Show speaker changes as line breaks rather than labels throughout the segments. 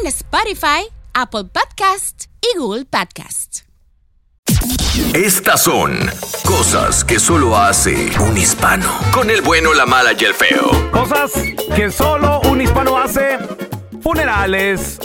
en Spotify, Apple Podcast y Google Podcast.
Estas son cosas que solo hace un hispano. Con el bueno, la mala y el feo.
Cosas que solo un hispano hace. Funerales.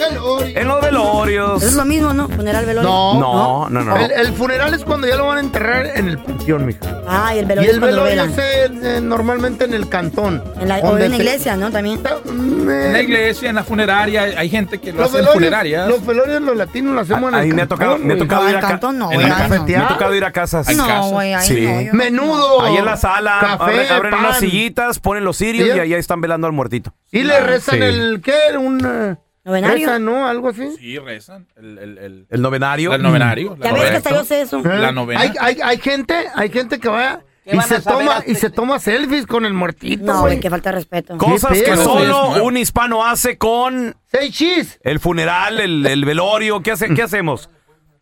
En los velorios.
Es lo mismo, ¿no? Funeral velorio.
No,
No, no, no.
Ah,
El, el funeral es cuando ya lo van a enterrar en el panteón, mija.
Ah, y el
Y
velorio.
el
es cuando
velorio
velan.
es eh, normalmente en el cantón.
En la, o en
donde
una
se-
iglesia, ¿no? También.
Mm, eh,
En la iglesia, en la funeraria, hay gente que lo
los
hace en
velorios,
funerarias.
los velorios los latinos lo hacemos en
Ah, Ahí
el
me ha
cantón,
tocado, me ha
güey.
tocado
No,
ir
al
a ca-
cantón no,
en la
güey,
casa-
ay, no.
Me ha tocado ir a casas.
No,
casas.
güey, ahí
Sí.
no. yo-
Menudo.
Ahí en la sala,
Café,
abre- abren
pan.
unas sillitas, ponen los cirios
Sí.
y ahí están velando al muertito.
Y le rezan
Ah, Sí.
el, ¿qué? Un... eh,
Novenario.
rezan, ¿no? Algo así.
Sí, rezan. El, el, el,
El novenario.
el novenario. la
Ya ves que
novena.
hasta yo sé eso.
La novena.
¿Eh? Hay, hay, hay gente, hay gente que va y se toma y se toma selfies con el muertito,
No,
güey.
güey, que falta de respeto.
Cosas
Qué
que
pedo.
solo un hispano hace con
Say cheese.
el funeral, el, el velorio. ¿Qué, hace- qué hacemos?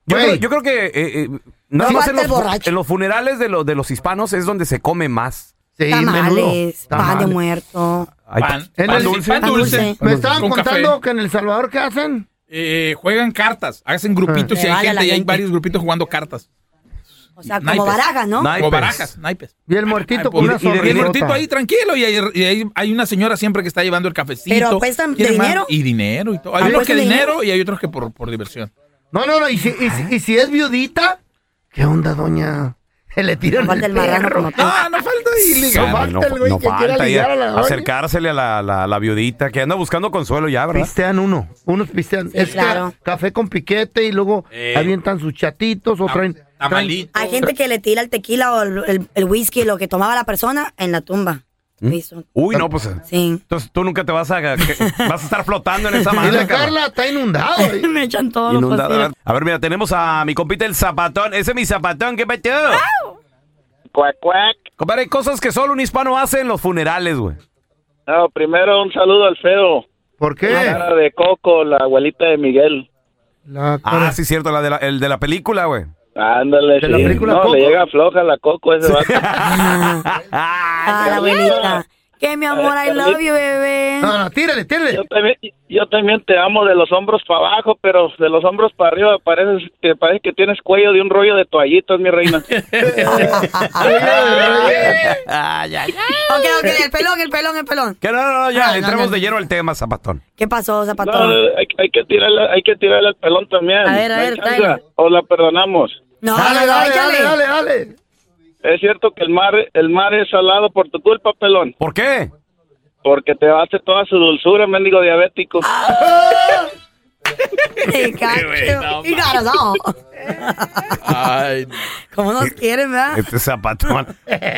Yo
Güey.
creo, yo creo que eh, eh, nada
No
más
falta
en los,
el borracho.
en los funerales de, los de los hispanos es donde se come más.
Sí,
Tamales,
menudo.
pan de
Tamales.
muerto.
Hay-
Pan,
En
pan
el-
dulce. Pan
pan
dulce.
dulce.
Me estaban
Con café.
contando que en El Salvador, ¿qué hacen?
Eh, juegan cartas, hacen grupitos
Le
y hay
Mm. vale a la
gente, y hay
gente.
varios grupitos jugando cartas.
O sea, como
Naipes.
barajas, ¿no?
Naipes.
O barajas, naipes.
Y el muertito
Ay,
con una
pobre- y, de- y el
sonrisota.
muertito ahí tranquilo y, hay, y hay- hay una señora siempre que está llevando el cafecito.
Pero apuestan de
Quiere más-
dinero.
Y dinero y todo. Hay unos que
¿Apuestan de
dinero,
dinero?
y hay otros que por, por diversión.
No, no, no. ¿Y si, y, si- y si es viudita? ¿Qué onda, doña? Se le tiran
Falta
el
el marrano
perro.
como tú.
Ah, No, no falta y
Sí,
ligar.
hombre,
No falta el güey que quiera
falta,
ligar
ya,
a la doña.
acercársele a la, la- la viudita que anda buscando consuelo ya, ¿verdad?
Pistean uno. Unos pistean.
Sí,
es ca-
claro.
café con piquete y luego
Eh.
avientan sus chatitos o traen...
Tamalito.
Hay gente que le tira el tequila o el, el- el whisky, lo que tomaba la persona, en la tumba.
¿Mm?
Listo.
Uy, no, pues.
Sí.
Entonces tú nunca te vas a que- vas a estar flotando en esa
traen- Y
madre.
la
cabrón.
Carla está inundado. eh.
Me echan todo lo
Inundada.
posible.
A ver, mira, tenemos a mi compita el zapatón. Ese es mi zapatón, ¿qué metió?
Cuac, cuac.
Compadre, hay cosas que solo un hispano hace en los funerales, güey.
No, primero un saludo al feo.
¿Por qué?
Cara de Coco, la abuelita de Miguel.
La cara-
Ah, sí, cierto, la de la, el de la película, güey.
Ándale,
¿De la
sí.
película
No,
Coco?
le llega floja la Coco a ese vato.
Ah, la abuelita. Que mi amor, I love you, bebé.
No, no, tírale, tírale.
Yo también, yo también te amo de los hombros para abajo, pero de los hombros para arriba pareces que parece que tienes cuello de un rollo de toallitas, mi reina.
Ok, ok, el pelón, el pelón, el pelón.
Que no, no, no, ya,
Ah, no,
entramos
no.
de lleno al tema, zapatón.
¿Qué pasó,
No,
zapatón?
hay, hay que tirarle, hay que tirarle el pelón también.
A ver, a
No hay
ver,
chance.
tráela.
O la perdonamos.
No, no,
Dale,
no,
dale,
échale.
dale, dale, dale.
Es cierto que el mar, el mar es salado por tu culpa, pelón,
¿Por qué?
porque te hace toda su dulzura, mendigo diabético.
Ah, Te cacho. Y ganas, no.
Ay, no.
Como nos quieren, ¿verdad?
Este zapatón.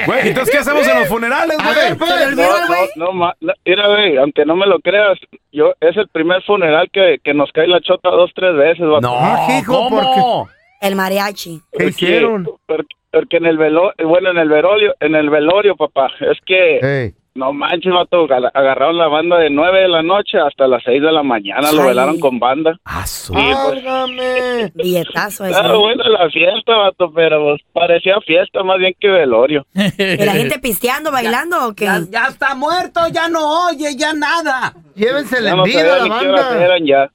Güey, entonces, ¿qué hacemos en los funerales,
A ver,
güey?
Se le
pues.
olvidó el güey.
No, no, ma- no, mira, güey, aunque no me lo creas, yo es el primer funeral que, que nos cae la chota dos, tres veces, vato.
No,
Ah, hijo,
¿cómo?
El mariachi.
¿Qué
Porque-
hicieron?
Porque, porque en el velo, bueno, en el velorio, en el velorio, papá, es que,
Ey.
no manches, vato, aga- agarraron la banda de nueve de la noche hasta las seis de la mañana, lo
Ay.
velaron con banda.
Ah, su-
Árgame.
Billetazo ese.
Claro, Ah, bueno, la fiesta, vato, pero pues, parecía fiesta más bien que velorio.
¿Y la gente pisteando, bailando o qué?
está muerto, ya no oye, ya nada.
Llévense la
Ya no
envidia a
sabía
la
ni qué horas
banda.
eran ya.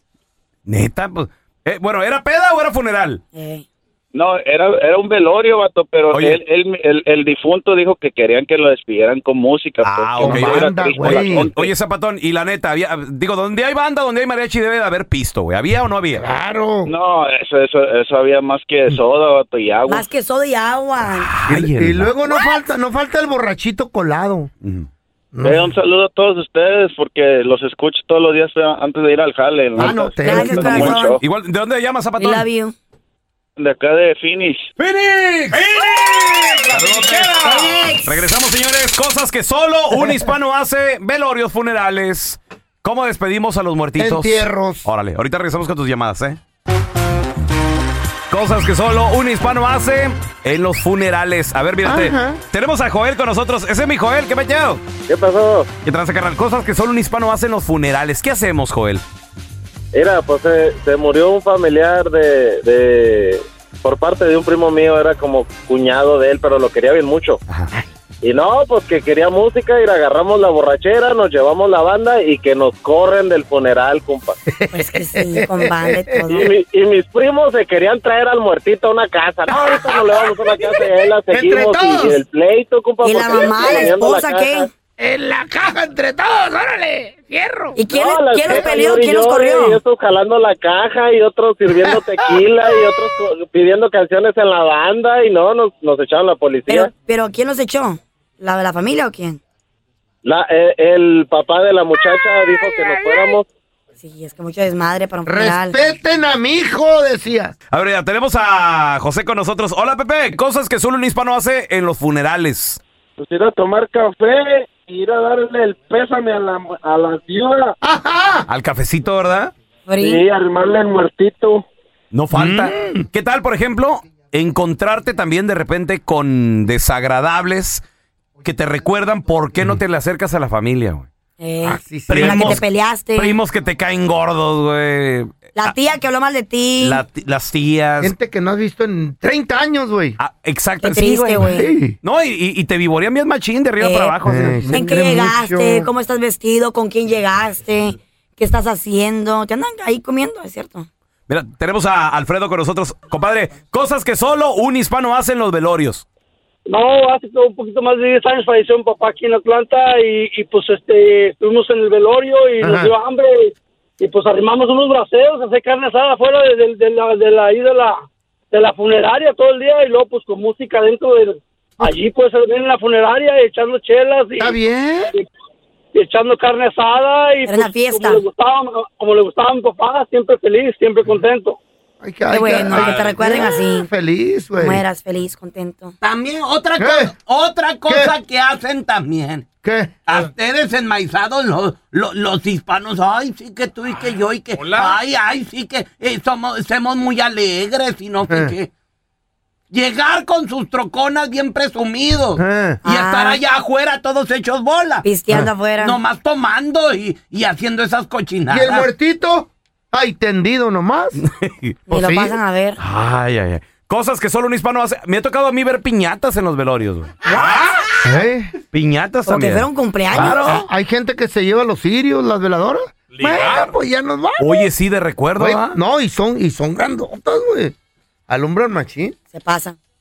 Neta, pues. eh, bueno, ¿era peda o era funeral?
Eh,
No, era, era un velorio, vato, pero él, él- el, el difunto dijo que querían que lo despidieran con música.
Ah,
pues,
ok.
que no fuera triste el asunto.
Oye, Zapatón, y la neta, había, digo, donde hay banda, donde hay mariachi debe de haber pisto, güey. ¿Había o no había?
Claro.
No, eso, eso, eso había más que
Mm.
soda, vato, y agua.
Más que soda y agua.
Y, y luego no falta, no falta el borrachito colado.
Eh, un saludo a todos ustedes porque los escucho todos los días eh, antes de ir al jale. ¿no?
Ah, no, te-
Gracias,
Buen
corazón.
Igual, ¿de dónde llamas,
I
Zapatón?
love you.
De acá de Phoenix.
¡Phoenix! Regresamos, señores. Cosas que solo un hispano hace. Velorios, funerales. ¿Cómo despedimos a los muertitos?
Entierros.
Órale, ahorita regresamos con tus llamadas, ¿eh? Cosas que solo un hispano hace en los funerales. A ver, mírate.
Ajá.
Tenemos a Joel con nosotros. Ese es mi Joel, ¿qué metido?
¿Qué pasó?
¿Qué tranza, carnal? Cosas que solo un hispano hace en los funerales. ¿Qué hacemos, Joel?
Mira, pues se, se murió un familiar de, de- por parte de un primo mío, era como cuñado de él, pero lo quería bien mucho. Y no, pues que quería música y le agarramos la borrachera, nos llevamos la banda y que nos corren del funeral, compa.
Pues que sí, con vale todo.
Y, mi- y mis primos se querían traer al muertito a una casa. No, ahorita no le vamos a una casa y ahí la
Entre
seguimos y,
todos.
el pleito, compa.
¿Y la
porque
mamá, la
planeando
esposa
casa.
qué?
En la caja entre todos, órale, fierro.
¿Y quién,
No, la
quién los
esposa
peleó?
llore y
¿Quién los
llore, Y
corrió?
otros jalando la caja, y otros sirviendo tequila, y otros co- pidiendo canciones en la banda, y no, nos, nos echaron la policía.
Pero, pero ¿quién los echó? ¿La de la familia o quién?
La- eh, el papá de la muchacha dijo que nos fuéramos.
Sí, es que mucho desmadre para un funeral.
Respeten a mi hijo, decía.
A ver, ya tenemos a José con nosotros. Hola, Pepe. Cosas que solo un hispano hace en los funerales.
Pues ir a tomar café, ir a darle el pésame a la, a la viuda,
Ah, Ajá.
Al cafecito, ¿verdad?
Frío.
y armarle el muertito.
No falta.
Mm.
¿Qué tal, por ejemplo, encontrarte también de repente con desagradables que te recuerdan por qué no te le acercas a la familia, güey?
Eh,
Ah, sí, sí.
con la que te peleaste.
Primos que te caen gordos, güey. Ah,
La tía que habló mal de ti.
La ti- las tías.
Gente que no has visto en 30 años, güey.
Ah, exacto.
Qué
sí,
triste, güey.
Sí.
No, y, y- y te vivorean bien machín de arriba
Eh.
para abajo.
Eh,
güey.
se
¿En qué
cree
llegaste?
mucho.
¿Cómo estás vestido? ¿Con quién llegaste? ¿Qué estás haciendo? Te andan ahí comiendo, es cierto.
Mira, tenemos a Alfredo con nosotros. Compadre, cosas que solo un hispano hace en los velorios.
No, hace como un poquito más de 10 años falleció un papá aquí en Atlanta y, y pues este estuvimos en el velorio y nos
Ajá.
dio hambre y, y, pues arrimamos unos braseros a hacer carne asada afuera de, de- de la, de, la, ahí de la de la funeraria todo el día y luego pues con música dentro de allí pues en la funeraria y echando chelas y,
Ah. Está bien.
y echando carne asada y
Era una
pues,
fiesta.
como le gustaba como le gustaba a mi papá siempre feliz siempre contento
Ay,
Qué bueno, que te recuerden
Ah,
así.
Feliz, güey.
Mueras feliz, contento.
También otra,
¿Qué?
cosa, otra cosa
¿Qué?
que hacen también.
¿Qué?
A ustedes enmaizados, los, los, los hispanos, ay, sí que tú y
Ah,
que yo y que.
hola.
Ay, ay, sí que eh, somos, somos muy alegres y no sé
Eh.
qué. Llegar con sus troconas bien presumidos
Eh.
y estar
Ah.
allá afuera todos hechos bola.
Pisteando afuera.
Nomás tomando y, y haciendo esas
¿Y
cochinadas.
el muertito? Ay, tendido nomás.
Ni
Pues
lo
sí.
pasan a ver.
Ay, ay, ay. Cosas que solo un hispano hace. Me ha tocado a mí ver piñatas en los velorios, güey.
¿Eh?
Piñatas
Porque
también.
fuera un cumpleaños.
Ah, Hay gente que se lleva los sirios, las veladoras. Bueno, pues ya nos vamos.
Oye, sí, de recuerdo,
Güey,
¿ah?
no, y son, y son grandotas, güey. Alumbran machín.
Se pasa.